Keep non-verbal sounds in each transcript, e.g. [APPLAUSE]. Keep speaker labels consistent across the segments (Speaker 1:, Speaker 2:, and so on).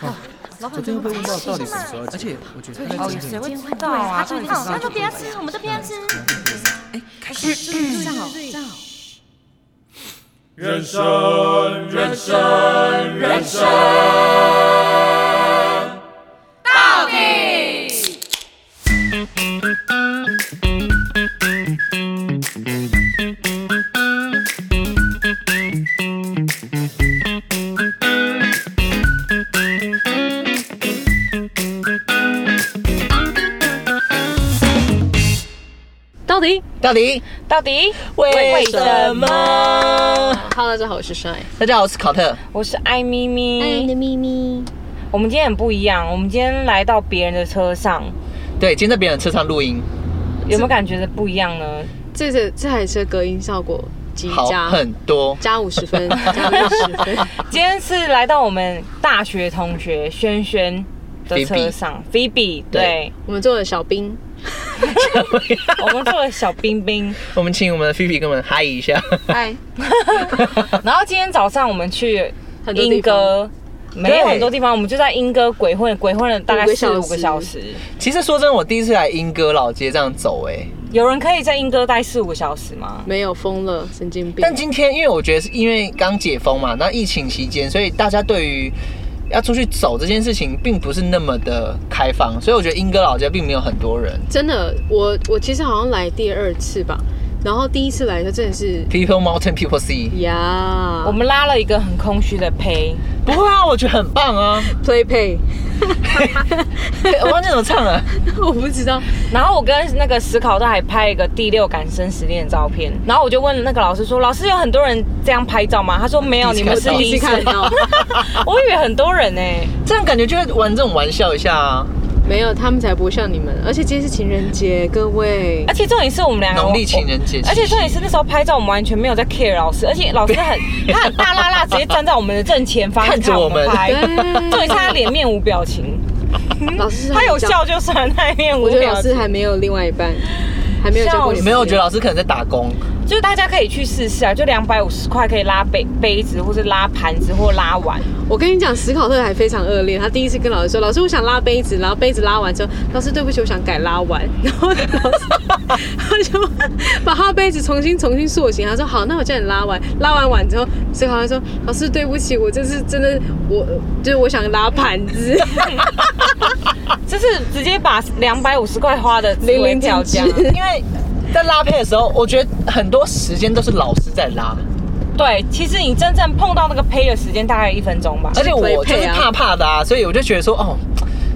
Speaker 1: 啊，
Speaker 2: 老板
Speaker 1: 昨天又被问到到底什么时候要
Speaker 3: 而
Speaker 1: 结
Speaker 3: 且
Speaker 1: 婚，
Speaker 3: 我觉得
Speaker 2: 哦
Speaker 3: 他
Speaker 2: 也
Speaker 3: 的
Speaker 2: 谁
Speaker 3: 精
Speaker 2: 会
Speaker 3: 神，
Speaker 2: 知道啊？
Speaker 1: 哦
Speaker 4: 对
Speaker 2: 到底
Speaker 4: 哦他
Speaker 2: 是
Speaker 4: 就不要吃，我们都不要吃。
Speaker 2: 这样哦，这样哦。
Speaker 5: 人生，人生，人生。
Speaker 4: 到底
Speaker 6: 到底
Speaker 4: 到底
Speaker 6: 为什么？
Speaker 4: ？Hello，大家好，我是帅，
Speaker 6: 大家好，我是考特。
Speaker 7: 我是爱咪
Speaker 4: 爱
Speaker 7: 咪。
Speaker 4: 的秘密。
Speaker 7: 我们今天很不一样，我们今天来到别人的车上，
Speaker 6: 对，今天在别人的车上录音，
Speaker 7: 有没有感觉的不一样呢？
Speaker 4: 这这这台车隔音效果极
Speaker 6: 好
Speaker 4: 佳，
Speaker 6: 很多。
Speaker 4: 加五十分，加六十分。
Speaker 7: 今天是来到我们大学同学轩轩的车上，Phoebe，对，
Speaker 4: 我们做了小兵，
Speaker 7: 我们做了小冰
Speaker 4: [LAUGHS]
Speaker 7: 冰。
Speaker 6: 我们请我们的菲菲跟我们嗨一下。
Speaker 4: 嗨，
Speaker 7: 然后今天早上我们去
Speaker 4: 很多地
Speaker 7: 英
Speaker 4: 方。
Speaker 7: 歌，没有很多地方，我们就在英歌鬼混，鬼混了大概
Speaker 4: 五个
Speaker 7: 四
Speaker 4: 小
Speaker 7: 五个
Speaker 4: 时
Speaker 7: 小时。
Speaker 6: 其实说真的，我第一次来莺歌老街这样走、哎，
Speaker 7: 有人可以在英歌待四五个小时吗？
Speaker 4: 没有疯了，神经病
Speaker 6: 但。今天因为我觉得是因为刚解封嘛，那疫情期间，所以大家对于要出去走这件事情并不是那么的开放，所以我觉得莺歌老街并没有很多人。
Speaker 4: 真的，我我其实好像来第二次吧，然后第一次来的时候真的是
Speaker 6: People mountain, people sea。
Speaker 4: 呀，
Speaker 7: 我们拉了一个很空虚的胚，
Speaker 6: 不会啊，我觉得很棒啊。哎
Speaker 4: play pay，
Speaker 6: 我忘记怎么唱了。
Speaker 4: [LAUGHS] 我不知道，
Speaker 7: 然后我跟那个史考特还拍一个第六感生死恋的照片，然后我就问那个老师说：“老师有很多人这样拍照吗？”他说：“没有，你们是
Speaker 6: 我
Speaker 7: 第
Speaker 4: 第
Speaker 7: 一
Speaker 4: 一次
Speaker 7: 次。
Speaker 4: 看到，”
Speaker 7: [LAUGHS] 我以为很多人呢、
Speaker 6: 这样感觉就会玩这种玩笑一下啊。
Speaker 4: 没有，他们才不会像你们，而且今天是情人节，各位
Speaker 7: 而，且重点是哎我们两个
Speaker 6: 农历情人节
Speaker 7: 我而且重点
Speaker 6: 七
Speaker 7: 是那时候拍照我们完全没有在 care 老师，而且老师很 [LAUGHS] 他很大辣辣，直接站在我们的正前方
Speaker 6: 看着
Speaker 7: 我
Speaker 6: 我们
Speaker 7: 拍。
Speaker 4: 对
Speaker 7: [LAUGHS] 重点是他脸面无表情，
Speaker 4: [LAUGHS] 老师是
Speaker 7: 他有
Speaker 4: 教，
Speaker 7: 笑就算，他也面无
Speaker 4: 我觉得
Speaker 7: 表
Speaker 4: 老
Speaker 7: 情
Speaker 4: 师。还没有另外一半，还没有交过
Speaker 7: 笑
Speaker 4: 女
Speaker 7: 死
Speaker 6: 没
Speaker 4: 朋
Speaker 6: 有，
Speaker 4: 友
Speaker 6: 我觉得老师可能在打工。
Speaker 7: 就是大家可以去试试啊，就两百五十块可以拉杯杯子，或是拉盘子，或拉碗。
Speaker 4: 我跟你讲，史考特还非常恶劣。他第一次跟老师说：“老师，我想拉杯子。”然后杯子拉完之后，老师对不起，我想改拉完。然后老师他就把他的杯子重新重新塑形。他说：“好，那我叫你拉完。”拉完完之后，史考特说：“老师，对不起，我这次真的，我就是我想拉盘子。 [LAUGHS]
Speaker 7: 就是直接把两百五十块花的
Speaker 4: 淋漓尽
Speaker 7: 角
Speaker 4: 致
Speaker 7: 讲，
Speaker 6: 因为在拉胚的时候，我觉得很多时间都是老师在拉，
Speaker 7: 对，其实你真正碰到那个胚的时间大概一分钟
Speaker 6: [LAUGHS]
Speaker 7: 吧。
Speaker 6: 而且我就是
Speaker 4: 推胚啊
Speaker 6: 怕怕的啊，所以我就觉得说，哦，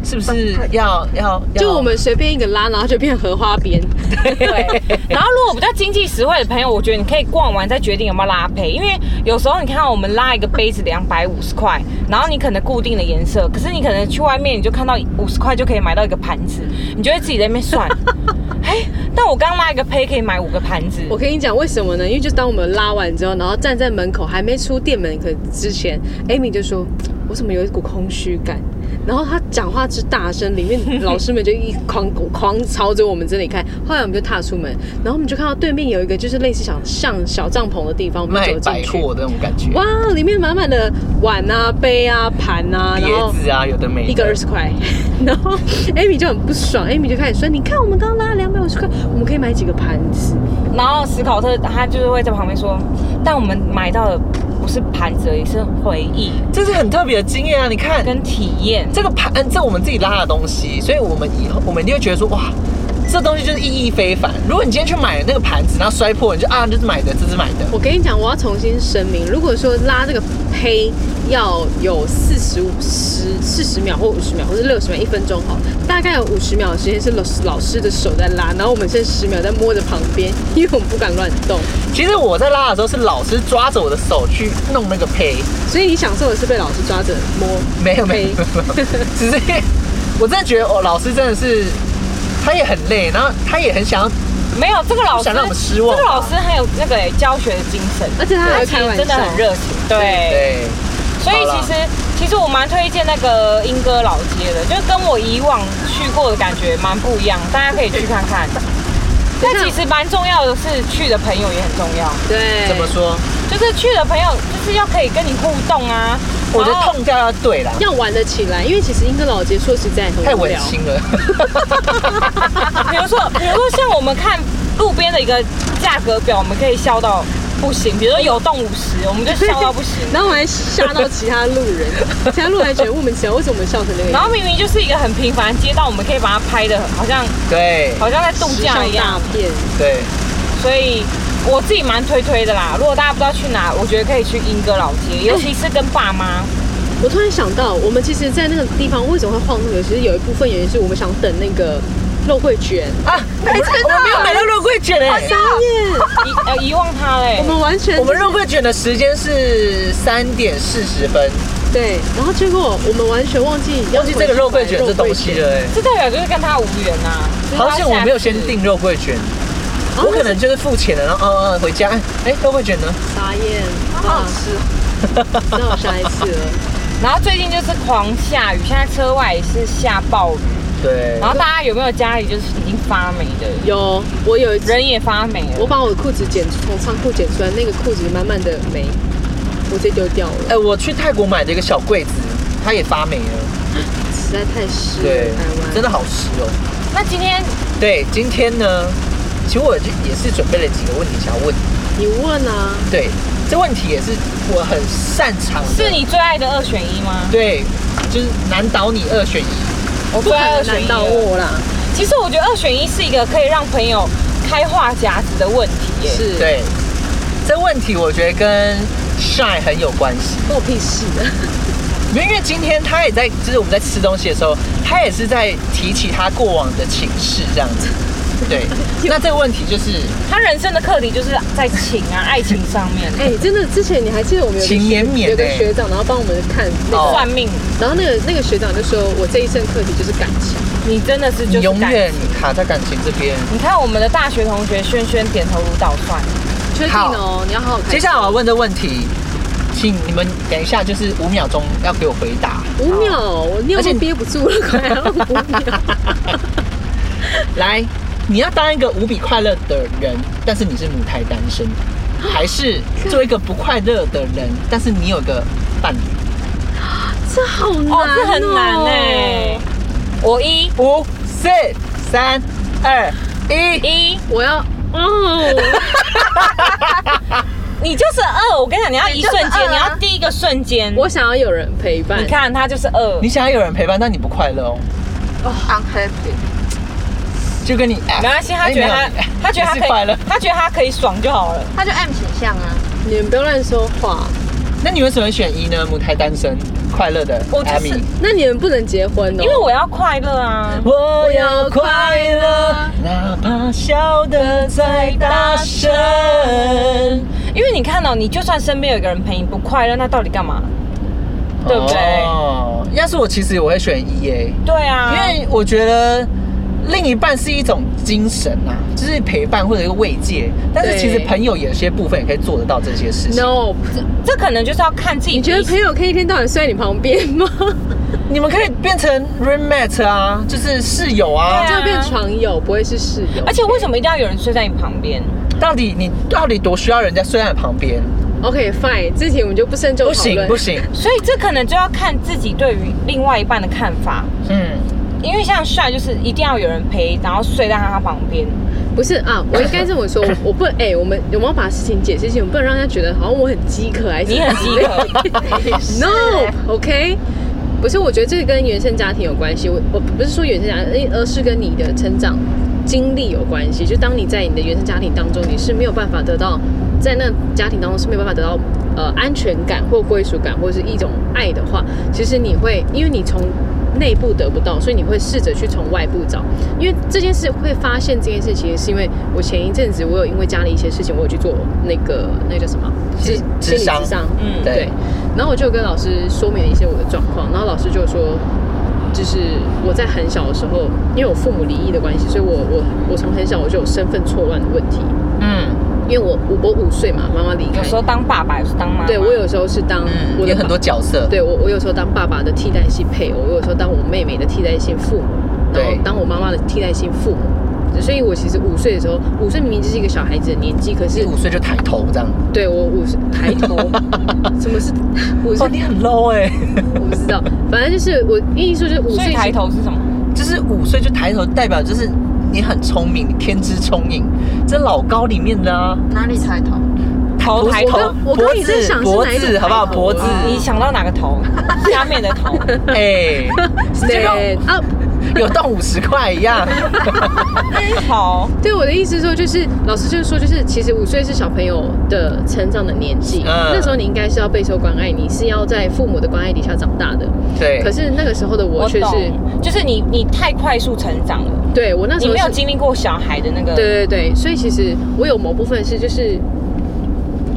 Speaker 6: 是不是要要”要？
Speaker 4: 就我们随便一个拉，然后就变荷花边。
Speaker 7: 对，然后如果比较经济实惠的朋友，我觉得你可以逛完再决定有没有拉胚，因为有时候你看到我们拉一个杯子两百五十块，然后你可能固定的颜色，可是你可能去外面你就看到五十块就可以买到一个盘子，你就会自己在那边算，哎，但我刚拉一个胚可以买五个盘子，
Speaker 4: 我跟你讲为什么呢？因为就当我们拉完之后，然后站在门口还没出店门口之前，Amy 就说：“我怎么有一股空虚感？”然后她讲话之大声，里面老师们就一狂狂朝着我们这里看。后来我们就踏出门，然后我们就看到对面有一个就是类似像像小帐篷的地方，我们
Speaker 6: 卖
Speaker 4: 走
Speaker 6: 百
Speaker 4: 进去，
Speaker 6: 货的那种感觉，
Speaker 4: 哇，里面满满的碗啊、杯啊、盘啊，然
Speaker 6: 碟
Speaker 4: 后
Speaker 6: 子啊，有的没的。
Speaker 4: 一个二十块，然后 Amy 就很不爽，Amy 就开始说：“你看我们刚刚拉两百五十块，我们可以买几个盘子。”
Speaker 7: 然后史考特他就是会在旁边说，但我们买到的不是盘子而已，是回忆
Speaker 6: 这是很特别的经验啊！你看
Speaker 7: 跟体验。
Speaker 6: 这个盘，呃这我们自己拉的东西，所以我们以后我们一定会觉得说，哇。这东西就是意义非凡。如果你今天去买了那个盘子，然后摔破，你就啊，就是买的，这是买的。
Speaker 4: 我跟你讲，我要重新声明，如果说拉这个胚要有四十五十四十秒或五十秒，或是六十秒一分钟好，大概有五十秒的时间是老师老师的手在拉，然后我们剩十秒在摸着旁边，因为我们不敢乱动，
Speaker 6: 其实我在拉的时候是老师抓着我的手去弄那个胚，
Speaker 4: 所以你享受的是被老师抓着摸。
Speaker 6: 没有没有，没有 [LAUGHS] 只是我真的觉得哦，老师真的是他也很累，然后他也很想要，
Speaker 7: 没有这个老师，
Speaker 6: 不想让我们失望
Speaker 7: 这个老师很有那个、欸教学的精神，
Speaker 4: 而且他还
Speaker 7: 他
Speaker 4: 会
Speaker 7: 其
Speaker 4: 开
Speaker 7: 实
Speaker 4: 玩
Speaker 7: 真的
Speaker 4: 笑，
Speaker 7: 很热情。对，
Speaker 6: 对，
Speaker 7: 所以其实其实我蛮推荐那个莺歌老街的，就跟我以往去过的感觉蛮不一样，大家可以去看
Speaker 6: [LAUGHS]
Speaker 7: 看。但其实蛮重要的是，去的朋友也很重要。
Speaker 4: 对，
Speaker 6: 怎么说？
Speaker 7: 就就是去的朋友就是要可以跟你互动啊。
Speaker 6: 我觉得
Speaker 7: 然后
Speaker 6: 痛调要对啦，
Speaker 4: 要玩得起来，因为其实英歌老街说实在很无聊。
Speaker 6: 太温馨了。 [LAUGHS]
Speaker 7: 比如说，比如说像我们看路边的一个价格表，我们可以笑到不行。比如说有动五十，我们就笑到不行
Speaker 4: 然后我还吓到其他路人，其他路人还觉得莫名其妙，为什么我们笑成那个
Speaker 7: 然
Speaker 4: 样
Speaker 7: 后明明就是一个很平凡的街道，我们可以把它拍的好像
Speaker 6: 对
Speaker 7: 好像在
Speaker 4: 子？
Speaker 7: 度假
Speaker 4: 时
Speaker 7: 一
Speaker 4: 尚大
Speaker 7: 样，
Speaker 4: 片，
Speaker 6: 对，
Speaker 7: 所以我自己蛮推推的啦。如果大家不知道去哪，我觉得可以去英歌老
Speaker 6: [LAUGHS]
Speaker 7: 街，尤其是跟爸妈。
Speaker 4: 我突然想到，我们其实，在那个地方为什么会晃那个，其实有一部分原因是我们想等那个肉桂卷，
Speaker 6: 啊，哎，真的，我们有买到肉桂卷哎。
Speaker 4: 傻眼，
Speaker 7: 遗呃遗忘它嘞
Speaker 6: [LAUGHS]
Speaker 4: 我。们完全
Speaker 6: 我们
Speaker 4: 就是
Speaker 6: 肉桂卷的时间是三点四十分，
Speaker 4: 对，然后结果我们完全忘记要
Speaker 6: 忘记这个肉桂卷这东西了哎。
Speaker 7: 这代表就是跟他无缘呐、就是他
Speaker 6: 好险我没有先
Speaker 7: 下次
Speaker 6: 订肉桂卷，
Speaker 4: 啊
Speaker 6: 我可能就是付钱了，然后嗯嗯回家，哎哎肉桂卷呢？
Speaker 4: 傻眼，
Speaker 7: 好好吃。
Speaker 4: 哇，那我下一次了。
Speaker 7: 然后最近就是狂下雨，现在车外也是下暴雨。
Speaker 6: [LAUGHS] 对
Speaker 7: 然，后大家有没有家里就是已经发霉的，
Speaker 4: 有，我有一次，
Speaker 7: 人也发霉
Speaker 4: 我
Speaker 7: 了？
Speaker 4: 把我的裤子剪从仓库剪出来，那个裤子慢慢的没，我直接丢掉了，
Speaker 6: 哎我去泰国买的一个小柜子，它也发霉了，
Speaker 4: 实在太湿
Speaker 6: 对
Speaker 4: 嗯了，台，湾
Speaker 6: 真的好湿哦。
Speaker 7: 那今天
Speaker 6: 对，今天呢，其实我也是准备了几个问题想要问你，
Speaker 4: 你问啊，
Speaker 6: 对，这问题也是我很擅长的，
Speaker 7: 是你最爱的二选一吗？
Speaker 6: 对，就是难倒你二选一，
Speaker 7: 我
Speaker 4: 不
Speaker 7: 最爱
Speaker 4: 可
Speaker 7: 二
Speaker 4: 能
Speaker 7: 选
Speaker 4: 难
Speaker 7: 一
Speaker 4: 到
Speaker 7: 了。
Speaker 4: 我啦，
Speaker 7: 其实我觉得二选一是一个可以让朋友开话匣子的问题耶。
Speaker 4: 是，
Speaker 6: 对，这问题我觉得跟 shine 很有关系。
Speaker 4: 关我屁事啊，
Speaker 6: 因为因为今天他也在，就是我们在吃东西的时候，他也是在提起他过往的情事这样子。
Speaker 4: [LAUGHS]
Speaker 6: 对，那这个问题就是
Speaker 7: 他人生的课题就是在情啊、爱情上 [LAUGHS] 面
Speaker 4: 哎、真的，之前你还记得我们有个
Speaker 6: 情绵绵
Speaker 4: 有个
Speaker 6: 欸
Speaker 4: 学长，然后帮我们看那个，
Speaker 6: 哦
Speaker 7: 算命，
Speaker 4: 然后那个那个学长就说，我这一生课题就是感情，
Speaker 7: 你真的是
Speaker 6: 你
Speaker 7: 就是
Speaker 6: 永
Speaker 7: 感
Speaker 6: 远卡在感情这边。
Speaker 7: 你看我们的大学同学轩轩点头如捣蒜，
Speaker 4: 确定哦，你要好好看。
Speaker 6: [LAUGHS] 接下来我要问的问题，请你们等一下，就是五秒钟要给我回答。
Speaker 7: [LAUGHS]
Speaker 4: 五秒，我尿
Speaker 6: 而且
Speaker 4: 都
Speaker 6: 你
Speaker 4: 憋不住了，快要五秒。
Speaker 6: 来，你要当一个无比快乐的人，但是你是母胎单
Speaker 7: [GASPS]
Speaker 6: 身，还是做一个不快乐的人，但是你有个伴侣？
Speaker 4: 这好难、
Speaker 7: [LAUGHS] 哦，这很难哎。我一
Speaker 6: 五、四、三、二、一。
Speaker 7: 一，
Speaker 4: 我要哦，
Speaker 7: 你就是二。我跟你讲，你要一瞬
Speaker 4: 你就是
Speaker 7: 间，
Speaker 4: 二啊
Speaker 7: 你要第一个瞬间。
Speaker 4: [LAUGHS] 我想要有人陪伴
Speaker 7: 你。看他就是二
Speaker 6: 你，想要有人陪伴，但你不快乐哦。
Speaker 4: Unhappy，
Speaker 6: 就跟你哎，
Speaker 7: [LAUGHS] 没关系，他
Speaker 6: 哎
Speaker 7: 觉得
Speaker 6: 没有
Speaker 7: 他他觉得他
Speaker 6: 你
Speaker 7: 可
Speaker 6: 是快乐
Speaker 7: 以，。他觉得他可以爽就好了。
Speaker 1: 他就 M 倾向啊，
Speaker 4: 你们不要乱说话。
Speaker 6: 那你为什么选一呢？母胎单身，快乐的
Speaker 7: 我就是
Speaker 6: 艾米。
Speaker 4: 那你们不能结婚哦，
Speaker 7: 因为我要快乐啊！
Speaker 6: 我
Speaker 4: 要快
Speaker 6: 乐，哪怕笑得再大声。
Speaker 7: 因为你看到、你就算身边有一个人陪你不快乐，那到底干嘛？对不对
Speaker 6: 哦，要是我其实我会选一耶，
Speaker 7: 对啊，
Speaker 6: 因为我觉得另一半是一种精神啊，就是陪伴或者一个慰藉。但是
Speaker 4: 对
Speaker 6: 其实朋友有些部分也可以做得到这些事情。
Speaker 4: no，
Speaker 7: 这可能就是要看自己
Speaker 4: 你觉得
Speaker 7: 彼此。
Speaker 4: 朋友可以一天到晚睡在你旁边吗？
Speaker 6: 你们可以变成 roommate 啊，就是室友啊。
Speaker 7: 对啊
Speaker 4: 就变床友，不会是室友。
Speaker 7: 而且为什么一定要有人睡在你旁边？
Speaker 6: 到底你到底多需要人家睡在你旁边？
Speaker 4: OK fine，这题我们就不慎重
Speaker 6: 不
Speaker 4: 讨论。
Speaker 6: 行不，行，
Speaker 7: 所以这可能就要看自己对于另外一半的看法。
Speaker 6: 嗯，
Speaker 7: 因为像帅就是一定要有人陪，然后睡在他旁边。
Speaker 4: 不是啊，我应该这么
Speaker 7: [LAUGHS]
Speaker 4: 说，我不哎、我们我们要把事情解释清楚，不能让人家觉得好像我很饥渴还是
Speaker 7: 你很饥渴 [LAUGHS]
Speaker 4: No，OK，、不是，我觉得这个跟原生家庭有关系。我我不是说原生家庭，而是跟你的成长经历有关系。就当你在你的原生家庭当中，你是没有办法得到在那家庭当中是没有办法得到呃安全感或归属感或是一种爱的话，其实你会因为你从内部得不到，所以你会试着去从外部找。因为这件事会发现这件事，其实是因为我前一阵子我有因为家里一些事情，我有去做那个那个叫什么
Speaker 6: 心
Speaker 4: 心
Speaker 6: 智
Speaker 4: 理
Speaker 6: 商
Speaker 4: 智商，
Speaker 7: 嗯
Speaker 6: 对
Speaker 4: 对，然后我就跟老师说明了一些我的状况，然后老师就说，就是我在很小的时候，因为我父母离异的关系，所以我我我从很小我就有身份错乱的问题，
Speaker 6: 嗯，
Speaker 4: 因为我我我五岁嘛，妈妈离开
Speaker 7: 有，时候当爸爸，有时候当妈妈。
Speaker 4: 对我有时候是当
Speaker 6: 嗯
Speaker 4: 我的
Speaker 6: 有很
Speaker 4: 爸
Speaker 6: 多角色，
Speaker 4: 对我，我有时候当爸爸的替代性配偶，我有时候当我妹妹的替代性父母，然后
Speaker 6: 对
Speaker 4: 当我妈妈的替代性父母，子，所以我其实五岁的时候，五岁明明就是一个小孩子的年纪，可是
Speaker 6: 五岁就抬头这样。
Speaker 4: 对我五岁抬
Speaker 6: [LAUGHS]
Speaker 4: 头，什么是五岁
Speaker 6: 哦，？你很 low 哎、
Speaker 4: 我不知道，反正就是我意思说，就是五
Speaker 7: 所
Speaker 4: 岁
Speaker 7: 以抬
Speaker 4: 其实
Speaker 7: 头是什么？
Speaker 6: 就是五岁就抬头，代表就是你很聪明，你天资聪颖。这老高里面的啊，
Speaker 1: 哪里抬头？
Speaker 7: 头抬
Speaker 4: 我
Speaker 7: 头。
Speaker 4: 刚我刚
Speaker 6: 脖
Speaker 4: 也在
Speaker 6: 子
Speaker 4: 想是
Speaker 6: 脖
Speaker 4: 哪一种
Speaker 6: 子好不好？
Speaker 4: 抬头
Speaker 6: 脖子，
Speaker 4: 啊
Speaker 7: 你想到哪个
Speaker 4: [LAUGHS]
Speaker 7: 头？下面的头。
Speaker 4: 哦
Speaker 6: 哎，
Speaker 4: 对啊，
Speaker 6: 有动五十块一
Speaker 4: [LAUGHS]
Speaker 6: 样。
Speaker 4: 哎
Speaker 7: 好，
Speaker 4: 对我的意思是说，就是老师就是说，就是其实五岁是小朋友的成长的年纪，
Speaker 6: 嗯
Speaker 4: 那时候你应该是要备受关爱，你是要在父母的关爱底下长大的。
Speaker 6: 对，
Speaker 4: 可是那个时候的我
Speaker 7: 我
Speaker 4: 却是，
Speaker 7: 懂，就是你你太快速成长了，
Speaker 4: 对我那时
Speaker 7: 你
Speaker 4: 候
Speaker 7: 没有
Speaker 4: 是，
Speaker 7: 经历过小孩的那个。
Speaker 4: 对对对，所以其实我有某部分是就是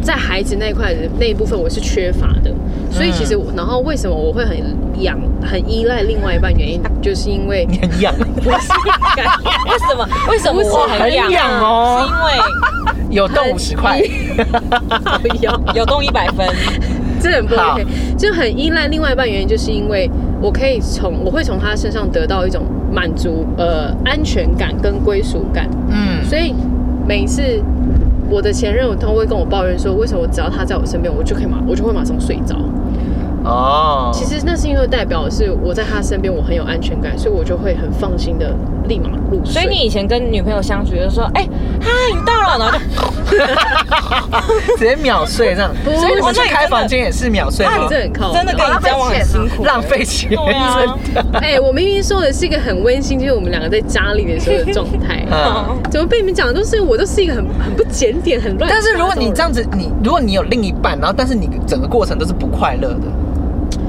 Speaker 4: 在孩子那一块的那一部分我是缺乏的，所以其实
Speaker 7: 嗯
Speaker 4: 我然后为什么我会很仰很依赖另外一半，原因就是
Speaker 7: [LAUGHS]
Speaker 4: 因为
Speaker 6: 你很痒，
Speaker 7: [LAUGHS] 为什么？为什么
Speaker 4: 不是
Speaker 7: 我很痒？
Speaker 6: 很痒哦
Speaker 7: 是
Speaker 6: 有动五十
Speaker 4: [LAUGHS]
Speaker 6: 块，
Speaker 4: 有
Speaker 7: 因为有动一百
Speaker 4: [LAUGHS]
Speaker 7: 分。
Speaker 4: 这很不
Speaker 6: 好
Speaker 4: OK，就很依赖另外一半原因，就是因为我可以从我会从他身上得到一种满足，呃，安全感跟归属感，
Speaker 6: 嗯，
Speaker 4: 所以每次。我的前任，他会跟我抱怨说，为什么只要他在我身边，我就可以马，我就会马上睡着。 [LAUGHS]
Speaker 6: 哦，
Speaker 4: 其实那是因为代表是我在他身边，我很有安全感，所以我就会很放心的立马入睡。
Speaker 7: 所以你以前跟女朋友相处就说，哎、嗨，你到了，然后就
Speaker 6: 直接秒睡这样。
Speaker 4: 不
Speaker 6: 所以我们去
Speaker 7: 那你真的
Speaker 6: 开房间也是秒睡
Speaker 4: 啊，
Speaker 6: 吗
Speaker 4: 你？这很靠谱
Speaker 7: 真的跟你交往很辛苦，
Speaker 6: 浪费钱，
Speaker 7: 对啊，
Speaker 4: 哎、我明明说的是一个很温馨，就是我们两个在家里的时候的状
Speaker 7: [LAUGHS]
Speaker 4: 态。 [LAUGHS]
Speaker 6: 嗯。
Speaker 4: 怎么被你们讲的都是我都是一个很很不检点、很
Speaker 6: [LAUGHS]
Speaker 4: 乱。
Speaker 6: 但是如果你这，样子，你如果你有另一半，然后但是你整个过程都是不快乐的，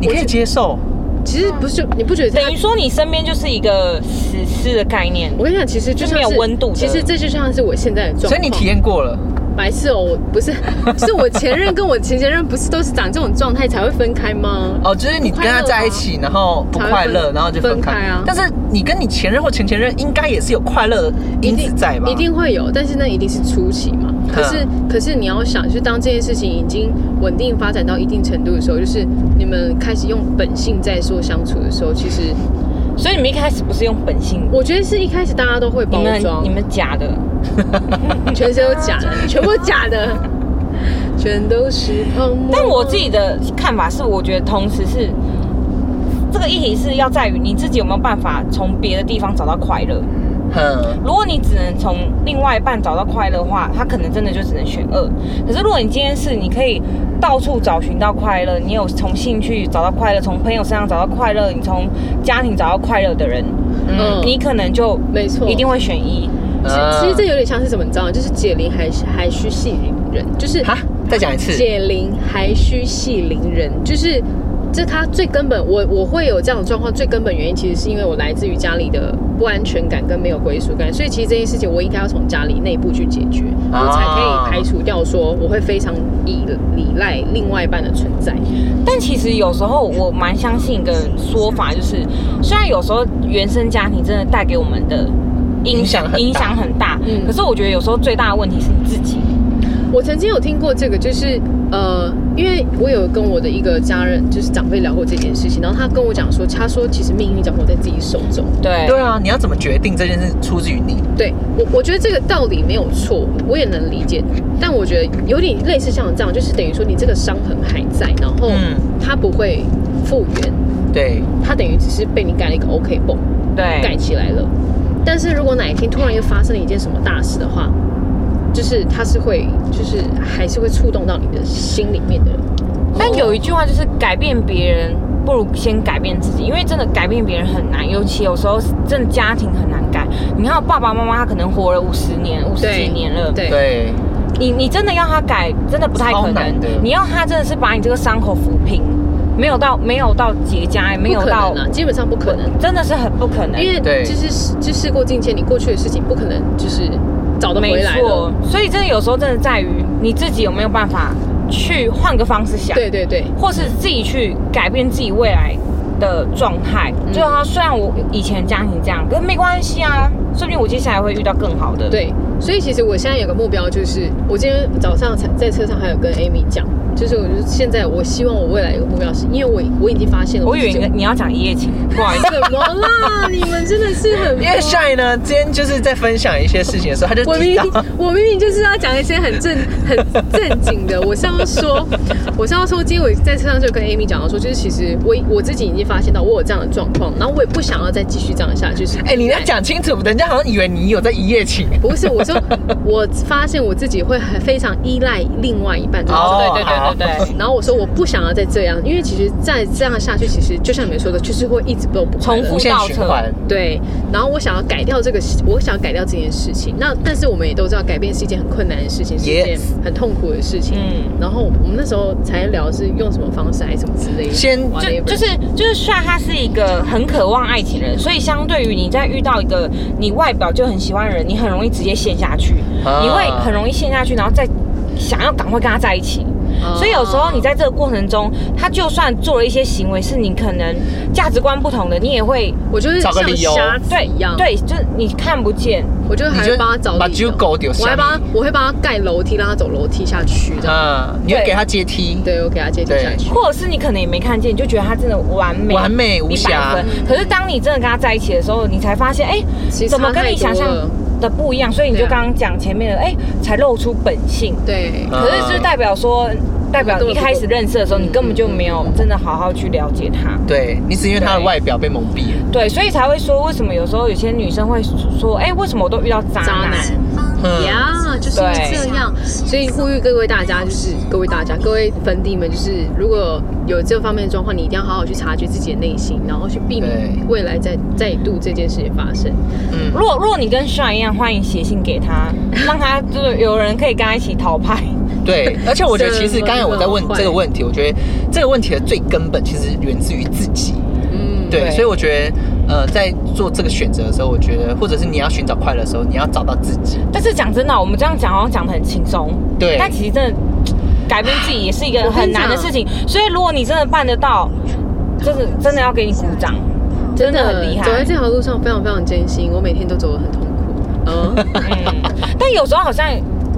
Speaker 6: 你可以接受。
Speaker 4: 其实不是你不觉得
Speaker 7: 等
Speaker 4: 他
Speaker 7: 于？说你身边就是一个死尸的概念。
Speaker 4: 我跟你讲，其实就像是
Speaker 7: 没有温度的
Speaker 4: 其实这就像是我现在的状况。
Speaker 6: 所以你体验过了，
Speaker 4: 白痴哦，我不是， [LAUGHS] 是我前任跟我前前任不是都是长这种状态才会分开吗？
Speaker 6: 哦，就是你跟他在一起，然后不快
Speaker 4: 才会
Speaker 6: 乐，
Speaker 4: 分
Speaker 6: 然后就分
Speaker 4: 分开
Speaker 6: 开
Speaker 4: 啊。
Speaker 6: 但是你跟你前任或前前任应该也是有快乐的因子在吧？嗯
Speaker 4: 一定会有，但是那一定是初期嘛。可是，可是你要想，就是当这件事情已经稳定发展到一定程度的时候，就是你们开始用本性在说相处的时候，其实
Speaker 7: 所以你们一开始不是用本性，
Speaker 4: 我觉得是一开始大家都会
Speaker 7: 你
Speaker 4: 包
Speaker 7: 们
Speaker 4: 装
Speaker 7: 你，们假的，
Speaker 4: 全身都假的，全部假的，全都是泡沫。
Speaker 7: 但我自己的看法是，我觉得同时是这个议题是要在于你自己有没有办法从别的地方找到快乐。
Speaker 6: 嗯，
Speaker 7: 如果你只能从另外一半找到快乐的话，他可能真的就只能选二。可是如果你今天是你可以到处找寻到快乐，你有从兴趣找到快乐，从朋友身上找到快乐，你从家庭找到快乐的人，
Speaker 4: 嗯
Speaker 7: 你可能就
Speaker 4: 没错
Speaker 7: 一定会呃选一。
Speaker 6: 啊
Speaker 4: 其实这有点像是什么，你知道吗？就是解铃还还需系铃人，就是
Speaker 6: 哈，再讲一次，
Speaker 4: 解铃还需系铃人，就是这它最根本，我我会有这样的状况，最根本原因其实是因为我来自于家里的不安全感跟没有归属感，所以其实这件事情我应该要从家里内部去解决，我才可
Speaker 7: 啊
Speaker 4: 以排除掉说我会非常依依赖另外一半的存在。
Speaker 7: 但其实有时候我蛮相信一个说法，就是虽然有时候原生家庭真的带给我们的
Speaker 6: 影响很大
Speaker 7: 影响很大，
Speaker 4: 嗯
Speaker 7: 可是我觉得有时候最大的问题是你自己。
Speaker 4: 我曾经有听过这个，就是呃，因为我有跟我的一个家人，就是长辈聊过这件事情，然后他跟我讲说，他说其实命运掌握在自己手中。
Speaker 7: 对
Speaker 6: 对啊，你要怎么决定这件事出自于你？
Speaker 4: 对我，我觉得这个道理没有错，我也能理解。但我觉得有点类似像这样，就是等于说你这个伤痕还在，然后
Speaker 6: 嗯
Speaker 4: 它不会复原，
Speaker 6: 对，
Speaker 4: 它等于只是被你盖了一个 OK 绷，盖
Speaker 7: 对，
Speaker 4: 起来了。但是如果哪一天突然又发生了一件什么大事的话，就是它是会，就是还是会触动到你的心里面的。
Speaker 7: 但有一句话就是改变别人不如先改变自己，因为真的改变别人很难，尤其有时候真的家庭很难改。你看我爸爸妈妈他可能活了五十年、五十
Speaker 4: 对
Speaker 7: 几年了，
Speaker 4: 对
Speaker 6: 对，
Speaker 7: 你你真的要他改，真的不太可
Speaker 6: 超难
Speaker 7: 能
Speaker 6: 的。
Speaker 7: 你要他真的是把你这个伤口抚平，没有到没有到结痂，也没有
Speaker 4: 不可
Speaker 7: 到
Speaker 4: 能啊，基本上不可能。
Speaker 7: 真的是很不可能，
Speaker 4: 因为
Speaker 6: 对
Speaker 4: 就是就事过境迁，你过去的事情不可能就是找得回
Speaker 7: 没
Speaker 4: 来
Speaker 7: 错
Speaker 4: 了。，
Speaker 7: 所以真的有时候真的在于你自己有没有办法去换个方式想，
Speaker 4: 对对对，
Speaker 7: 或是自己去改变自己未来的状态。
Speaker 4: 嗯
Speaker 7: 就好像虽然我以前家庭这样，可是没关系啊，说不定我接下来会遇到更好的。，
Speaker 4: 对，所以其实我现在有个目标，就是我今天早上才在车上还有跟 Amy 讲，就是我就现在我希望我未来有个目标是，因为我我已经发现了
Speaker 7: 我以为
Speaker 4: 自
Speaker 7: 你
Speaker 4: 己有
Speaker 7: 你要讲一
Speaker 4: [LAUGHS]
Speaker 7: 夜情，不好意思，
Speaker 4: 什么啦？你们真的是
Speaker 7: [LAUGHS]
Speaker 4: 很
Speaker 6: 因为 Shy 呢，今天就是在分享一些事情的时候，他就
Speaker 4: 我
Speaker 6: 提 [LAUGHS]
Speaker 4: 明
Speaker 6: 到
Speaker 4: 明我明明就是要讲一些很正很正经的。我上次说，我上次说，今天我在车上就跟 Amy 讲到说，就是其实我我自己已经发现到我有这样的状况，然后我也不想要再继续这样下去。是
Speaker 6: 哎、你要讲清楚，人家好像以为你有在一夜情。
Speaker 4: [LAUGHS] 不是，我说我发现我自己会很非常依赖另外一半。
Speaker 6: 哦
Speaker 7: 对对对对对，
Speaker 4: 然后我说我不想要再这样，因为其实再这样下去，其实就像你们说的，就是会一直都不快乐
Speaker 7: 重复
Speaker 6: 无限循环，
Speaker 4: 对，然后我想要改掉这个，我想要改掉这件事情。那但是我们也都知道，改变是一件很困难的事情，是一件
Speaker 6: Yes
Speaker 4: 很痛苦的事情。
Speaker 7: 嗯
Speaker 4: 然后我们那时候才聊是用什么方式还是什么之类的。
Speaker 6: 先就
Speaker 7: 就
Speaker 4: whatever
Speaker 7: 就是就是，虽然他是一个很渴望爱情的人，所以相对于你在遇到一个你外表就很喜欢的人，你很容易直接陷下去，
Speaker 6: 啊
Speaker 7: 你会很容易陷下去，然后再想要赶快跟他在一起。
Speaker 4: 哦
Speaker 7: 所以有时候你在这个过程中，他就算做了一些行为是你可能价值观不同的，你也会
Speaker 4: 我就是
Speaker 6: 找
Speaker 4: 像
Speaker 6: 个理由
Speaker 4: 瞎子
Speaker 7: 对
Speaker 4: 一样，，
Speaker 7: 对，就是你看不见，
Speaker 4: 我就还
Speaker 6: 你就
Speaker 4: 会帮他找
Speaker 6: 把
Speaker 4: 理由
Speaker 6: Jugo 丢下
Speaker 4: 我还帮他
Speaker 6: 你，
Speaker 4: 我会帮他盖楼梯，让他走楼梯下去这样。
Speaker 6: 啊，你会给他阶梯，
Speaker 4: 对，我给他阶梯
Speaker 6: 对
Speaker 4: 下去。
Speaker 7: 或者是你可能也没看见，你就觉得他真的完美，
Speaker 6: 完美无瑕
Speaker 7: 100分可是当你真的跟他在一起的时候，你才发现，哎、
Speaker 4: 其实
Speaker 7: 怎么
Speaker 4: 差
Speaker 7: 跟
Speaker 4: 太
Speaker 7: 你
Speaker 4: 多
Speaker 7: 想象
Speaker 4: 了
Speaker 7: 的不一样？所以你就
Speaker 4: 对啊
Speaker 7: 刚刚讲前面的，哎、才露出本性。
Speaker 4: 对，
Speaker 6: 嗯
Speaker 7: 可是就是代表说，代表一开始认识的时候，你根本就没有真的好好去了解他。
Speaker 6: 对你只因为他的
Speaker 7: 对
Speaker 6: 外表被蒙蔽了，
Speaker 7: 对，所以才会说，为什么有时候有些女生会说，哎、为什么我都遇到渣
Speaker 4: 渣
Speaker 7: 男？
Speaker 4: 男。
Speaker 6: 嗯，
Speaker 4: 呀，就是因为
Speaker 7: 对
Speaker 4: 这样，所以呼吁各位大家，就是各位大家，各位粉底们，就是如果有这方面的状况，你一定要好好去察觉自己的内心，然后去避免
Speaker 6: 对
Speaker 4: 未来再再度这件事情发生。
Speaker 6: 嗯
Speaker 7: 如果如果你跟 Sean 一样，欢迎写信给他，让他就是有人可以跟他一起逃派。
Speaker 6: 对，而且我觉得其
Speaker 4: 什
Speaker 6: 实
Speaker 4: 么
Speaker 6: 刚才我在问
Speaker 4: 都会
Speaker 6: 这个问题，我觉得这个问题的最根本其实源自于自己，
Speaker 4: 嗯，
Speaker 6: 对，
Speaker 7: 对
Speaker 6: 所以我觉得呃，在做这个选择的时候，我觉得或者是你要寻找快乐的时候，你要找到自己，
Speaker 7: [LAUGHS] 但是讲真的，我们这样讲好像讲得很轻松，
Speaker 6: 对
Speaker 7: 但其实真的改变自己也是一个很难的事情。所以如果你真的办得到，就是真的要给你鼓掌，真的很厉害
Speaker 4: 走。在这条路上非常非常艰辛，我每天都走得很痛苦。嗯，
Speaker 7: [LAUGHS] 嗯，但有时候好像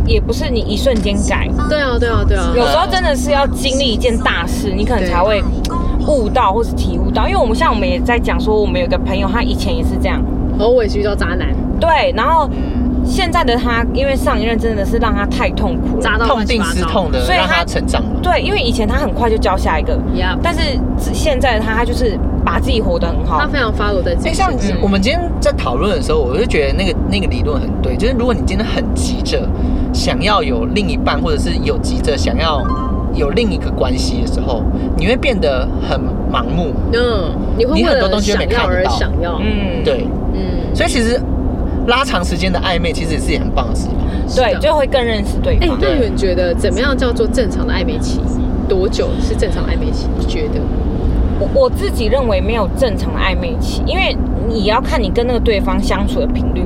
Speaker 7: 也不是你一瞬间改，
Speaker 4: 对啊，对啊，对啊，
Speaker 7: 有时候真的是要经历一件大事，你可能
Speaker 4: 对
Speaker 7: 才会
Speaker 1: 嗯
Speaker 7: 悟到或是体悟到。因为我们像我们也在讲说，我们有个朋友，他以前也是这样，
Speaker 4: 然后我也是遇到渣男，
Speaker 7: 对，然后
Speaker 6: 嗯，
Speaker 7: 现在的他，因为上一任真的是让他太痛苦了，
Speaker 4: 渣到
Speaker 6: 痛
Speaker 4: 乱七
Speaker 6: 定
Speaker 4: 八
Speaker 6: 思
Speaker 4: 糟
Speaker 6: 痛。的
Speaker 7: 所以
Speaker 6: 让
Speaker 7: 他
Speaker 6: 他成长了，
Speaker 7: 对，因为以前他很快就交下一个，
Speaker 4: 呀，
Speaker 7: 但是现在的他，他就是把自己活得很
Speaker 4: 他
Speaker 7: 好。
Speaker 4: 非常 follow 在自
Speaker 6: 哎、
Speaker 4: 己
Speaker 6: 像
Speaker 4: 身上。
Speaker 6: 我们今天在讨论的时候，我就觉得那个那个理论很对，就是如果你今天很急着想要有另一半，或者是有急着想要有另一个关系的时候，你会变得很盲目。
Speaker 4: 嗯，你会为
Speaker 6: 你很多
Speaker 4: 了
Speaker 6: 东西都没
Speaker 4: 想要
Speaker 6: 看得
Speaker 4: 而
Speaker 6: 到
Speaker 4: 想要，
Speaker 7: 嗯，
Speaker 6: 对，
Speaker 4: 嗯，
Speaker 6: 所以其实拉长时间的暧昧其实也是一件很棒的事情。啊
Speaker 4: 是
Speaker 7: 对，
Speaker 4: 的
Speaker 7: 就会更认识对
Speaker 4: 哎、
Speaker 7: 方。
Speaker 4: 那你们觉得怎么样叫做正常的暧昧期？多久是正常暧昧期？你觉得？
Speaker 7: 我我自己认为没有正常的暧昧期，因为你要看你跟那个对方相处的频率。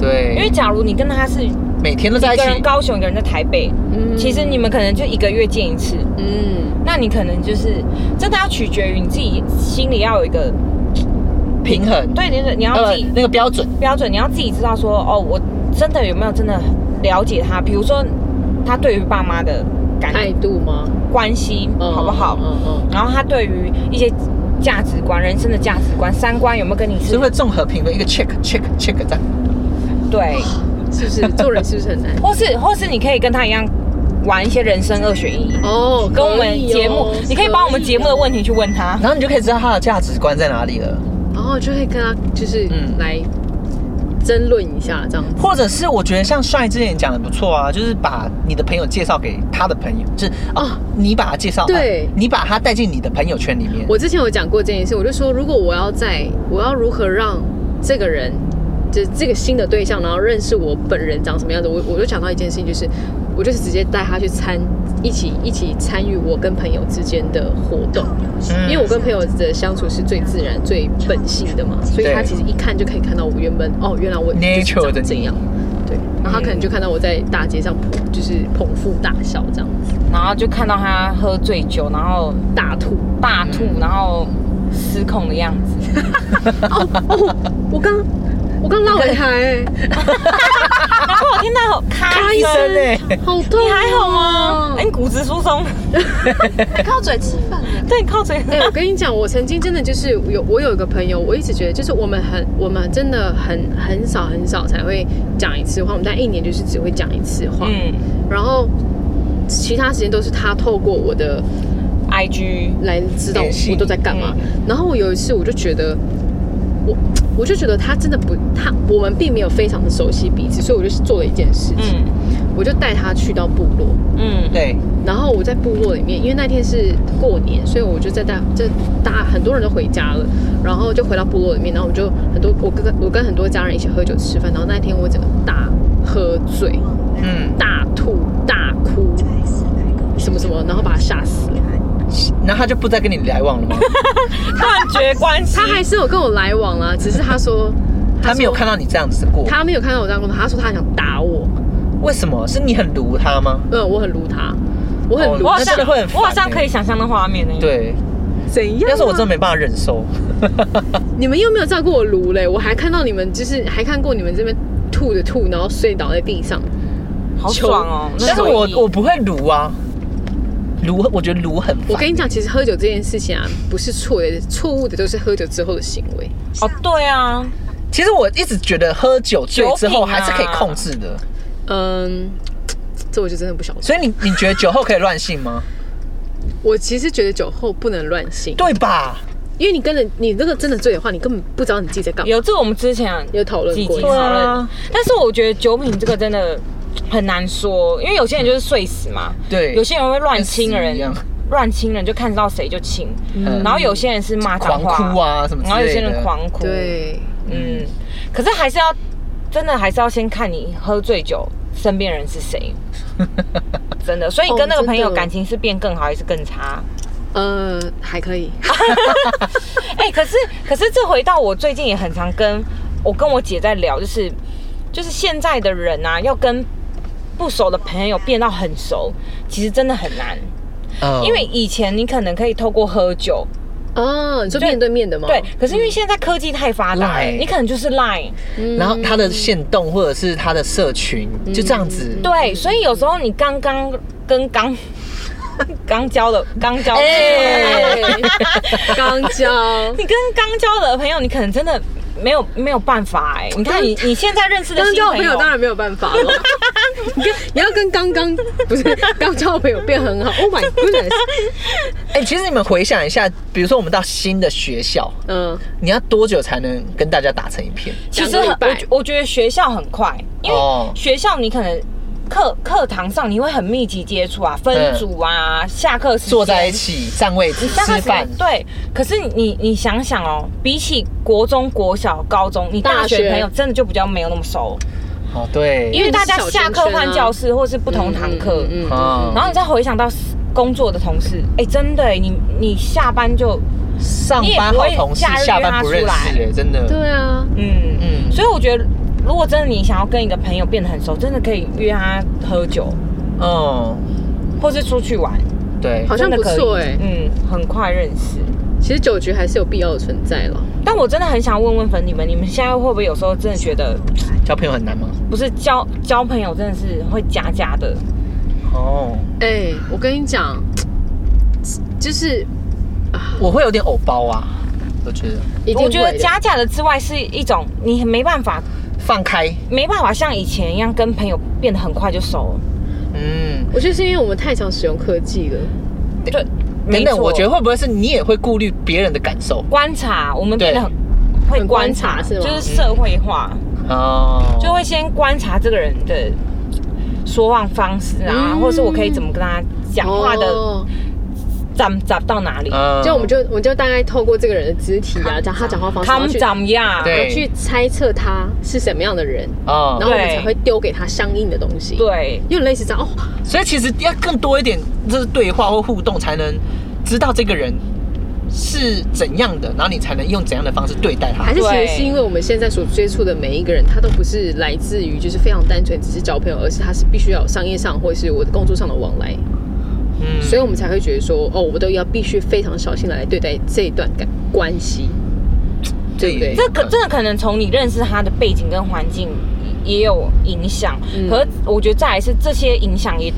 Speaker 6: 对，
Speaker 7: 因为假如你跟他是一
Speaker 6: 每天都在一
Speaker 7: 个人
Speaker 6: 起，
Speaker 7: 高雄，一个人在台北，
Speaker 4: 嗯
Speaker 7: 其实你们可能就一个月见一次，
Speaker 4: 嗯，
Speaker 7: 那你可能就是真的要取决于你自己心里要有一个
Speaker 6: 平衡，
Speaker 7: 对，你你要
Speaker 6: 呃
Speaker 7: 自己，
Speaker 6: 那个标准，
Speaker 7: 标准，你要自己知道说，哦，我真的有没有真的了解他？比如说，他对于爸妈的感
Speaker 4: 态度吗？
Speaker 7: 关系
Speaker 4: 嗯
Speaker 7: 好不好？
Speaker 4: 哎嗯嗯
Speaker 7: 然后他对于一些价值观、人生的价值观、三观有没有跟你
Speaker 6: 是
Speaker 7: 是
Speaker 6: 会综合评分，一个 check check check 这样。
Speaker 7: 对，？
Speaker 4: 嗯，是不是做人是不是很难
Speaker 7: [LAUGHS] 或是或是你可以跟他一样玩一些人生二选一，
Speaker 4: 哦，
Speaker 7: 跟我
Speaker 4: 可
Speaker 7: 们
Speaker 4: 以
Speaker 7: 节目，
Speaker 4: 哦
Speaker 7: 你可以把我们节目的问题去问他。
Speaker 6: 然后你就可以知道他的价值观在哪里了。
Speaker 4: 可以然后哦就会跟他就是
Speaker 6: 嗯
Speaker 4: 来争论一下这样子。
Speaker 6: 或者是我觉得像帅之前讲的不错啊，就是把你的朋友介绍给他的朋友，就是哦、
Speaker 4: 啊
Speaker 6: 你把他介绍，
Speaker 4: 对
Speaker 6: 啊你把他带进你的朋友圈里面。
Speaker 4: 我之前有讲过这件事，我就说如果我要在，我要如何让这个人，就是这个新的对象，然后认识我本人长什么样子，我我就想到一件事情，就是我就是直接带他去参，一起一起参与我跟朋友之间的活动，
Speaker 6: 嗯
Speaker 4: 因为我跟朋友的相处是最自然、最本性的嘛，所以
Speaker 6: 对
Speaker 4: 他其实一看就可以看到我原本哦，原来我就是长
Speaker 6: Nature 的你
Speaker 4: 这样。对，然后他可能就看到我在大街上就是捧腹大笑这样子，
Speaker 7: 然后就看到他喝醉酒，然后
Speaker 4: 大吐。
Speaker 7: 大吐，然后失控的样子。
Speaker 6: [LAUGHS]
Speaker 4: 哦哦，我刚我刚拉尾台、欸。
Speaker 7: 啊然后我天哪，好咔
Speaker 4: 咔一
Speaker 7: 一声
Speaker 4: 声
Speaker 7: 哎，
Speaker 4: 好痛、
Speaker 7: 你还好
Speaker 6: 嗯
Speaker 7: 吗？哎，
Speaker 4: 哎、
Speaker 7: 你骨质疏
Speaker 6: [LAUGHS]
Speaker 7: 松，
Speaker 1: 靠嘴
Speaker 4: [LAUGHS]
Speaker 1: 吃饭的，
Speaker 7: 对，靠嘴。
Speaker 4: 哎我跟你讲，我曾经真的就是有我有一个朋友，我一直觉得就是我们很我们真的很很少很少才会讲一次话，我们但一年就是只会讲一次话，
Speaker 7: 嗯
Speaker 4: 然后其他时间都是他透过我的
Speaker 7: ，IG，
Speaker 4: 来知道
Speaker 6: 联系
Speaker 4: 我都在干嘛。
Speaker 7: 嗯
Speaker 4: 然后我有一次我就觉得，我我就觉得他真的不，他我们并没有非常的熟悉彼此，所以我就做了一件事情，
Speaker 7: 嗯
Speaker 4: 我就带他去到部落。
Speaker 7: 嗯，
Speaker 6: 对，
Speaker 4: 然后我在部落里面，因为那天是过年，所以我就在大这大很多人都回家了，然后就回到部落里面，然后我就很多我跟我跟很多家人一起喝酒吃饭，然后那天我整个大喝醉、
Speaker 6: 嗯，
Speaker 4: 大吐、大哭，什么什么，然后把他吓死了。
Speaker 6: 然后他就不再跟你来往
Speaker 7: [LAUGHS]
Speaker 6: 了吗？
Speaker 7: 断绝关系。
Speaker 4: 他还是有跟我来往啦，只是他说
Speaker 6: 他没有看
Speaker 4: 到，
Speaker 6: 到你这样子过，
Speaker 4: 他没有看到我这样工作，他说他很想打我，
Speaker 6: 为什么？是你很撸他吗？
Speaker 4: 嗯，我很撸他，我很撸
Speaker 7: 我好
Speaker 6: 那
Speaker 7: 像
Speaker 6: 真的会很烦
Speaker 7: 我好像
Speaker 6: 欸
Speaker 7: 可以想象那画面呢。，
Speaker 6: 对，
Speaker 4: 怎样啊？
Speaker 6: 要是我真的没办法忍受，
Speaker 4: 你们又没有照顾我撸嘞，我还看到你们就是还看过你们这边吐的吐，然后睡倒在地上。
Speaker 7: 好爽哦。那
Speaker 6: 但是
Speaker 7: 回忆
Speaker 6: 我我不会撸啊，撸我觉得撸很烦。
Speaker 4: 我跟你讲，其实喝酒这件事情啊，不是错的，错误的都是喝酒之后的行为。
Speaker 7: 哦，对啊，
Speaker 6: 其实我一直觉得喝酒醉之
Speaker 7: 酒
Speaker 6: 后
Speaker 7: 品啊
Speaker 6: 还是可以控制的，
Speaker 4: 嗯，这我就真的不晓得。
Speaker 6: 所以你你觉得酒后可以乱性吗？
Speaker 4: 我其实觉得酒后不能乱性，
Speaker 6: 对吧？
Speaker 4: 因为你跟人你那个真的醉的话，你根本不知道你自己在干嘛。
Speaker 7: 有这我们之前
Speaker 4: 有讨论
Speaker 7: 几
Speaker 4: 过
Speaker 7: 集
Speaker 4: 一
Speaker 7: 讨
Speaker 4: 次
Speaker 6: 对
Speaker 7: 论，
Speaker 6: 啊
Speaker 7: 但是我觉得酒品这个真的很难说，因为有些人就是睡死嘛，
Speaker 6: 对，
Speaker 7: 有些人会乱亲
Speaker 6: 跟死一
Speaker 7: 人
Speaker 6: 样，
Speaker 7: 乱亲人就看到谁就亲，
Speaker 6: 嗯
Speaker 7: 然后有些人是骂
Speaker 6: 狂
Speaker 7: 脏话
Speaker 6: 哭，啊什么之类的，
Speaker 7: 然后有些人狂哭，，
Speaker 4: 对，
Speaker 7: 嗯，可是还是要真的还是要先看你喝醉酒身边人
Speaker 6: [LAUGHS]
Speaker 7: 是谁。真的，所以你跟那个朋
Speaker 4: 哦
Speaker 7: 友
Speaker 4: 真的
Speaker 7: 感情是变更好还是更
Speaker 6: 哦
Speaker 7: 差？
Speaker 4: 呃，还可以。
Speaker 7: 哎、可是可是这回到我最近也很常跟我跟我姐在聊，就是就是现在的人啊，要跟不熟的朋友变到很熟，其实真的很难。
Speaker 6: 嗯，
Speaker 7: 因为以前你可能可以透过喝酒，
Speaker 4: 哦，你说面对面的吗？
Speaker 7: 对，可是因为现在科技太发达了，
Speaker 6: 嗯 Line
Speaker 7: 你可能就是 Line，
Speaker 4: 嗯，
Speaker 6: 然后他的线动或者是他的社群就这样子，
Speaker 7: 嗯对，所以有时候你刚刚跟刚 [LAUGHS] 刚交的刚交，
Speaker 4: 哎， [LAUGHS] 刚交。
Speaker 7: 你跟刚交的朋友，你可能真的没有没有办法哎、你看你你现在认识的
Speaker 4: 刚
Speaker 7: 新
Speaker 4: 交的
Speaker 7: 朋
Speaker 4: 朋友
Speaker 7: 友，
Speaker 4: 当然没有办法了，你跟你要跟刚刚不是刚交的朋友变很好，Oh my goodness，
Speaker 6: 哎、其实你们回想一下，比如说我们到新的学校，
Speaker 4: 嗯，
Speaker 6: 你要多久才能跟大家打成一片？
Speaker 7: 其实
Speaker 4: 讲个
Speaker 7: 很
Speaker 4: 一百
Speaker 7: 我觉我觉得学校很快，因为
Speaker 6: 哦
Speaker 7: 学校你可能课课堂上你会很密集接触啊，分
Speaker 6: 嗯
Speaker 7: 组啊，下课时间
Speaker 6: 坐在一。起占位置
Speaker 7: 你下课
Speaker 6: 吃
Speaker 7: 时
Speaker 6: 饭
Speaker 7: 间，对，可是你你想想哦，比起国中、国小、高中，你大
Speaker 4: 大
Speaker 7: 学
Speaker 4: 学
Speaker 7: 朋友真的就比较没有那么熟，
Speaker 6: 哦对，
Speaker 7: 因为大家
Speaker 4: 因为是小
Speaker 7: 下
Speaker 4: 圈
Speaker 7: 课
Speaker 4: 圈啊
Speaker 7: 换教室或是不同堂课，
Speaker 4: 嗯嗯嗯
Speaker 6: 啊，
Speaker 7: 然后你再回想到工作的同事，哎，真的耶，你你下班就
Speaker 6: 上班好同事
Speaker 7: 你也不会假，日
Speaker 6: 下班不认识、
Speaker 7: 约他出来
Speaker 6: 哎，真的，
Speaker 4: 对啊，
Speaker 7: 嗯嗯，
Speaker 6: 嗯
Speaker 7: 所以我觉得，如果真的你想要跟你的朋友变得很熟，真的可以约他喝酒，
Speaker 6: 嗯，
Speaker 7: 或是出去玩，
Speaker 6: 对
Speaker 4: 好，像不
Speaker 7: 真的
Speaker 4: 错
Speaker 7: 可以
Speaker 4: 哎
Speaker 7: 嗯，很快认识。
Speaker 4: 其实酒局还是有必要的存在了。
Speaker 7: 但我真的很想问问粉你们，你们现在会不会有时候真的觉得，
Speaker 6: 交朋友很难吗？
Speaker 7: 不是交交朋友真的是会假假的？
Speaker 6: 哦，
Speaker 4: 哎、我跟你讲，就是
Speaker 6: 我会有点偶包啊，我觉得
Speaker 4: 一定会
Speaker 7: 我觉得
Speaker 4: 的
Speaker 7: 假假的之外是一种你没办法，
Speaker 6: 放开，
Speaker 7: 没办法像以前一样跟朋友变得很快就熟了。
Speaker 6: 嗯，
Speaker 4: 我觉得是因为我们太常使用科技了，
Speaker 7: 对，
Speaker 6: 等
Speaker 7: 没
Speaker 6: 等，
Speaker 7: 错
Speaker 6: 我觉得会不会是你也会顾虑别人的感受
Speaker 7: 观察，我们
Speaker 6: 对
Speaker 7: 变得很会
Speaker 4: 很
Speaker 7: 观
Speaker 4: 观
Speaker 7: 察，
Speaker 4: 察嗯是吗
Speaker 7: 就是社会化。
Speaker 6: 哦？
Speaker 7: 就会先观察这个人的说话方式啊，
Speaker 4: 嗯
Speaker 7: 或者是我可以怎么跟他讲话的，
Speaker 4: 哦
Speaker 7: 长长到哪里，
Speaker 6: 嗯
Speaker 4: 就我们就我们就大概透过这个人的肢体啊，讲他讲话方式，
Speaker 7: 他
Speaker 4: 然后
Speaker 7: 们
Speaker 4: 去
Speaker 7: 怎么样？
Speaker 6: 对
Speaker 4: 去猜测他是什么样的人，
Speaker 6: 哦
Speaker 4: 然后我们
Speaker 7: 对
Speaker 4: 才会丢给他相应的东西。，
Speaker 7: 对
Speaker 4: 有点类似这样哦，
Speaker 6: 所以其实要更多一点，就是对话或互动，才能知道这个人是怎样的，然后你才能用怎样的方式对待他
Speaker 4: 还。是其
Speaker 7: 对
Speaker 4: 实是因为我们现在所接触的每一个人，他都不是来自于就是非常单纯只是交朋友，而是他是必须要有商业上或者是我的工作上的往来，
Speaker 6: 嗯，
Speaker 4: 所以我们才会觉得说，哦，我都要必须非常小心的来对待这一段感关系。对不对？
Speaker 7: 这
Speaker 6: 嗯
Speaker 7: 可这个可能从你认识他的背景跟环境也有影响，
Speaker 4: 嗯
Speaker 7: 可是我觉得再来是这些影响也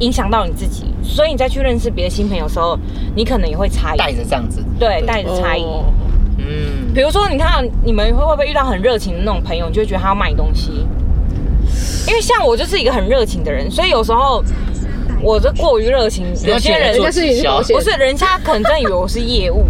Speaker 7: 影响到你自己，所以你再去认识别的新朋友的时候，你可能也会差异，
Speaker 6: 带着这样子，
Speaker 7: 对，带着差异。
Speaker 4: 哦
Speaker 6: 嗯，
Speaker 7: 比如说，你看你们会不会遇到很热情的那种朋友，你就会觉得他要卖你东西？因为像我就是一个很热情的人，所以有时候我这过于热情，有些人
Speaker 4: 人家是你是保险
Speaker 7: 不是人家可能真的以为我是业 [LAUGHS] 务，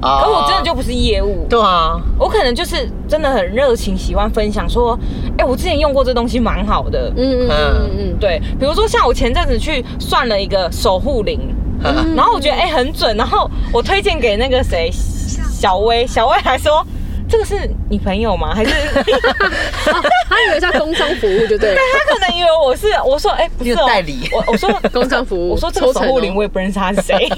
Speaker 6: 啊
Speaker 7: 可我真的就不是业务，
Speaker 6: 对啊，
Speaker 7: 我可能就是真的很热情，喜欢分享说，哎、我之前用过这东西蛮好的。
Speaker 4: 嗯嗯嗯嗯
Speaker 7: 对，比如说像我前阵子去算了一个守护灵，
Speaker 6: 嗯
Speaker 7: 然后我觉得哎、很准，然后我推荐给那个谁小薇，小薇还说这个是你朋友吗？还是 [LAUGHS]
Speaker 4: 嗯，哦他以为是他工商服务，
Speaker 7: [LAUGHS]
Speaker 4: 就对了，
Speaker 7: 他可能以为我是我说哎、不是、
Speaker 6: 你
Speaker 7: 哦、
Speaker 6: 有代理
Speaker 7: 我我说
Speaker 4: 工商服务
Speaker 7: 我说这个守护
Speaker 4: 抽成哦
Speaker 7: 灵我也不认识他是谁，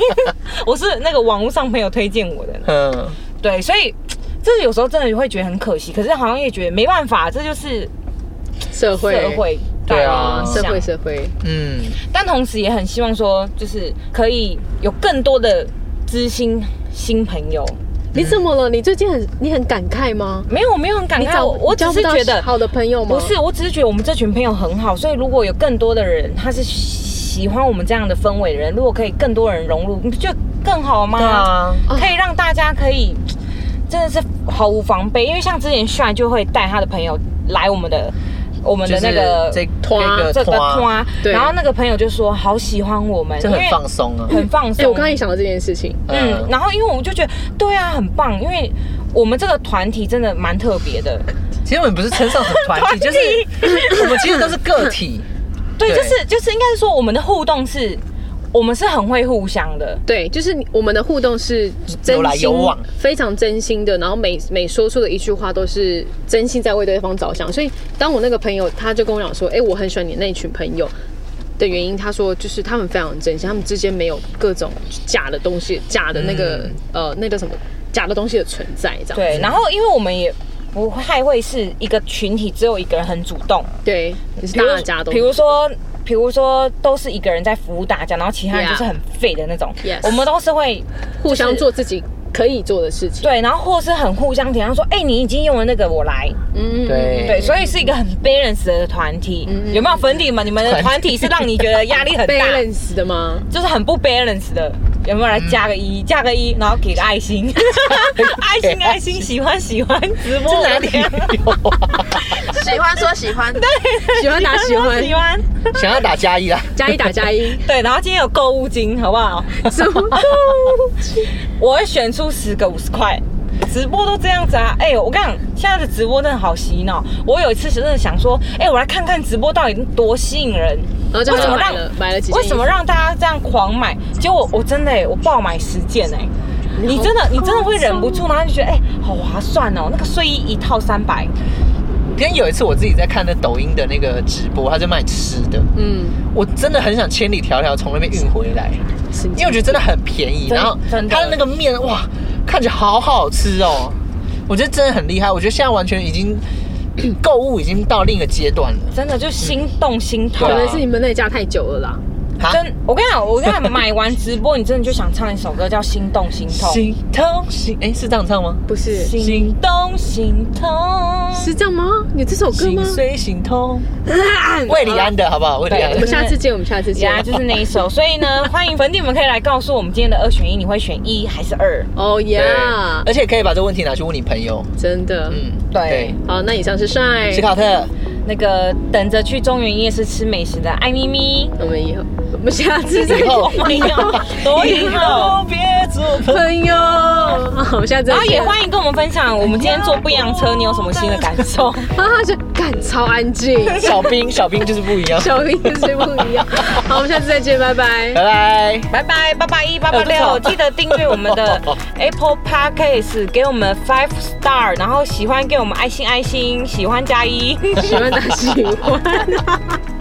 Speaker 7: 我是那个网络上朋友推荐我的，
Speaker 6: 嗯，
Speaker 7: 对，所以这有时候真的会觉得很可惜，可是好像也觉得没办法，这就是
Speaker 4: 哦社会
Speaker 7: 社会
Speaker 6: 对啊
Speaker 4: 社会
Speaker 7: 影响
Speaker 4: 社会，
Speaker 6: 嗯，
Speaker 7: 但同时也很希望说，就是可以有更多的知心新朋友。
Speaker 4: 你怎么了？你最近很你很感慨吗？
Speaker 7: 没有，我没有很感
Speaker 4: 你
Speaker 7: 慨，
Speaker 4: 找
Speaker 7: 我我只
Speaker 4: 交
Speaker 7: 是
Speaker 4: 不到
Speaker 7: 觉得
Speaker 4: 好的朋友吗？
Speaker 7: 不是，我只是觉得我们这群朋友很好，所以如果有更多的人，他是喜欢我们这样的氛围的人，如果可以更多人融入，你不就更好吗？哦
Speaker 6: 对啊，
Speaker 7: 可以让大家可以真的是毫无防备，因为像之前帅就会带他的朋友来我们的我们的那个
Speaker 6: 这
Speaker 4: 团
Speaker 6: 这个
Speaker 7: 这个啊
Speaker 6: 团，
Speaker 7: 花，
Speaker 4: 对
Speaker 7: 然后那个朋友就说好喜欢我们，
Speaker 6: 这
Speaker 7: 因
Speaker 6: 很
Speaker 7: 为
Speaker 6: 放松啊，
Speaker 7: 很放
Speaker 4: 哎、
Speaker 7: 松。
Speaker 4: 我刚刚也想到这件事情，
Speaker 7: 嗯，然后因为我就觉得对啊，很棒，因为我们这个团体真的蛮特别的，
Speaker 6: 其实我们不是称上什么
Speaker 7: [LAUGHS]
Speaker 6: 团体，就是我们其实都是个体，
Speaker 7: 对，
Speaker 6: 对
Speaker 7: 就是就是应该是说我们的互动是，我们是很会互相的，
Speaker 4: 对，就是你我们的互动是真心
Speaker 6: 有来有往
Speaker 4: 非常真心的，然后每每说出的一句话都是真心在为对方着想。所以当我那个朋友他就跟我讲说，哎、我很喜欢你那一群朋友。的原因，他说就是他们非常真心，他们之间没有各种假的东西、假的那个、
Speaker 7: 嗯
Speaker 4: 呃那个什么假的东西的存在，这样
Speaker 7: 对，然后因为我们也不太会是一个群体只有一个人很主动，
Speaker 4: 对，就是
Speaker 7: 比如
Speaker 4: 大家都
Speaker 7: 比如说。比如说，都是一个人在服务大家，然后其他人
Speaker 4: Yeah
Speaker 7: 就是很废的那种。
Speaker 4: Yes
Speaker 7: 我们都是会
Speaker 4: 互相做自己可以做的事情，
Speaker 7: 对，然后或是很互相体谅，说：“哎、你已经用了那个，我来。”
Speaker 4: 嗯，
Speaker 6: 对
Speaker 7: 对，所以是一个很 balance 的团体。有没有粉底们？你们的团体是让你觉得压力很大，
Speaker 4: balance 的吗？
Speaker 7: 就是很不 balance 的。有没有来加个一，加个一，然后给个爱 [LAUGHS] 心，爱心爱心，喜欢喜欢，直播
Speaker 6: 这哪里 [LAUGHS] 有啊？
Speaker 1: 喜欢说喜欢，
Speaker 4: 喜欢打喜 [LAUGHS]
Speaker 7: [LAUGHS]
Speaker 4: 欢，
Speaker 7: 喜欢。
Speaker 6: 想要打加一啦，
Speaker 4: 加一打加一， [LAUGHS]
Speaker 7: 对，然后今天有购物金，好不 [LAUGHS] 好？
Speaker 4: 什么？
Speaker 7: [LAUGHS] 我会选出十个五十块。直播都这样子啊！哎、我跟你讲，现在的直播真的好洗脑。我有一次真的想说，哎、我来看看直播到底多吸引人。
Speaker 4: 然后就
Speaker 7: 为什么
Speaker 4: 买
Speaker 7: 让
Speaker 4: 了买了几件
Speaker 7: 为什么
Speaker 4: 衣服
Speaker 7: 让大家这样狂买？结果我真的、欸、我爆买十件哎、你真
Speaker 4: 啊
Speaker 7: 的你真的会忍不住，然后就觉得哎、好划算哦、那个睡衣一套三百，
Speaker 6: 因为有一次我自己在看那抖音的那个直播，他在卖吃的，
Speaker 4: 嗯，
Speaker 6: 我真的很想千里迢迢从那边运回来，
Speaker 4: 神
Speaker 6: 因为我觉得真的很便宜，
Speaker 7: 真
Speaker 6: 然后
Speaker 7: 真的
Speaker 6: 它的那个面哇，看起来好好吃哦，我觉得真的很厉害，我觉得现在完全已经嗯购物已经到另一个阶段了，
Speaker 7: 真的就心动心痛
Speaker 4: 可
Speaker 6: 对。啊
Speaker 4: 能是你们那家太久了啦。
Speaker 6: 啊
Speaker 7: 真，我跟你讲，我跟你讲，买完直播，你真的就想唱一首歌叫《心动心痛》。
Speaker 6: 心痛心，哎，是这样唱吗？
Speaker 4: 不是，
Speaker 7: 心动心痛，
Speaker 4: 是这样吗？有这首歌
Speaker 6: 心
Speaker 4: 吗？
Speaker 6: 碎心痛，魏礼安的好不好？魏礼安
Speaker 4: 我
Speaker 6: 的
Speaker 4: 们。下次见，我们下次见
Speaker 7: 呀，。就是那一首。所以 [LAUGHS] 呢，欢迎粉底们可以来告诉我们今天的二选一，你会选一还是二？
Speaker 4: 哦
Speaker 6: 对
Speaker 4: 呀，
Speaker 6: 而且可以把这个问题拿去问你朋友。
Speaker 4: 真的。
Speaker 6: 嗯，
Speaker 7: 对
Speaker 4: 好，那以上是帅
Speaker 6: 对，史，考特，
Speaker 7: 那个等着去中原夜市吃美食的艾咪咪，
Speaker 4: 我们以后，我们下次再
Speaker 6: 以
Speaker 4: 见，
Speaker 6: 后
Speaker 7: 哎呀，多以
Speaker 6: [LAUGHS]
Speaker 7: 后。
Speaker 6: 别做朋友
Speaker 4: 朋友。哦好，我们下次再见。
Speaker 7: 然后也欢迎跟我们分享，我们今天做不一样车，你有什么新的感受？
Speaker 4: 啊，这干超安 [LAUGHS] 静，
Speaker 6: 小兵，小兵就是不一样。
Speaker 4: 小兵跟谁不一样？好，我们下次再见，拜拜。 [LAUGHS]
Speaker 6: 拜拜。
Speaker 7: [LAUGHS] 拜拜，八八一八八
Speaker 6: 哎
Speaker 7: 六，
Speaker 6: 我不知道
Speaker 7: 记得订阅我们 [LAUGHS] 的 Apple Podcast，给我们 five star，然后喜欢给我们爱心爱心，喜欢加一。
Speaker 4: 喜欢打喜欢。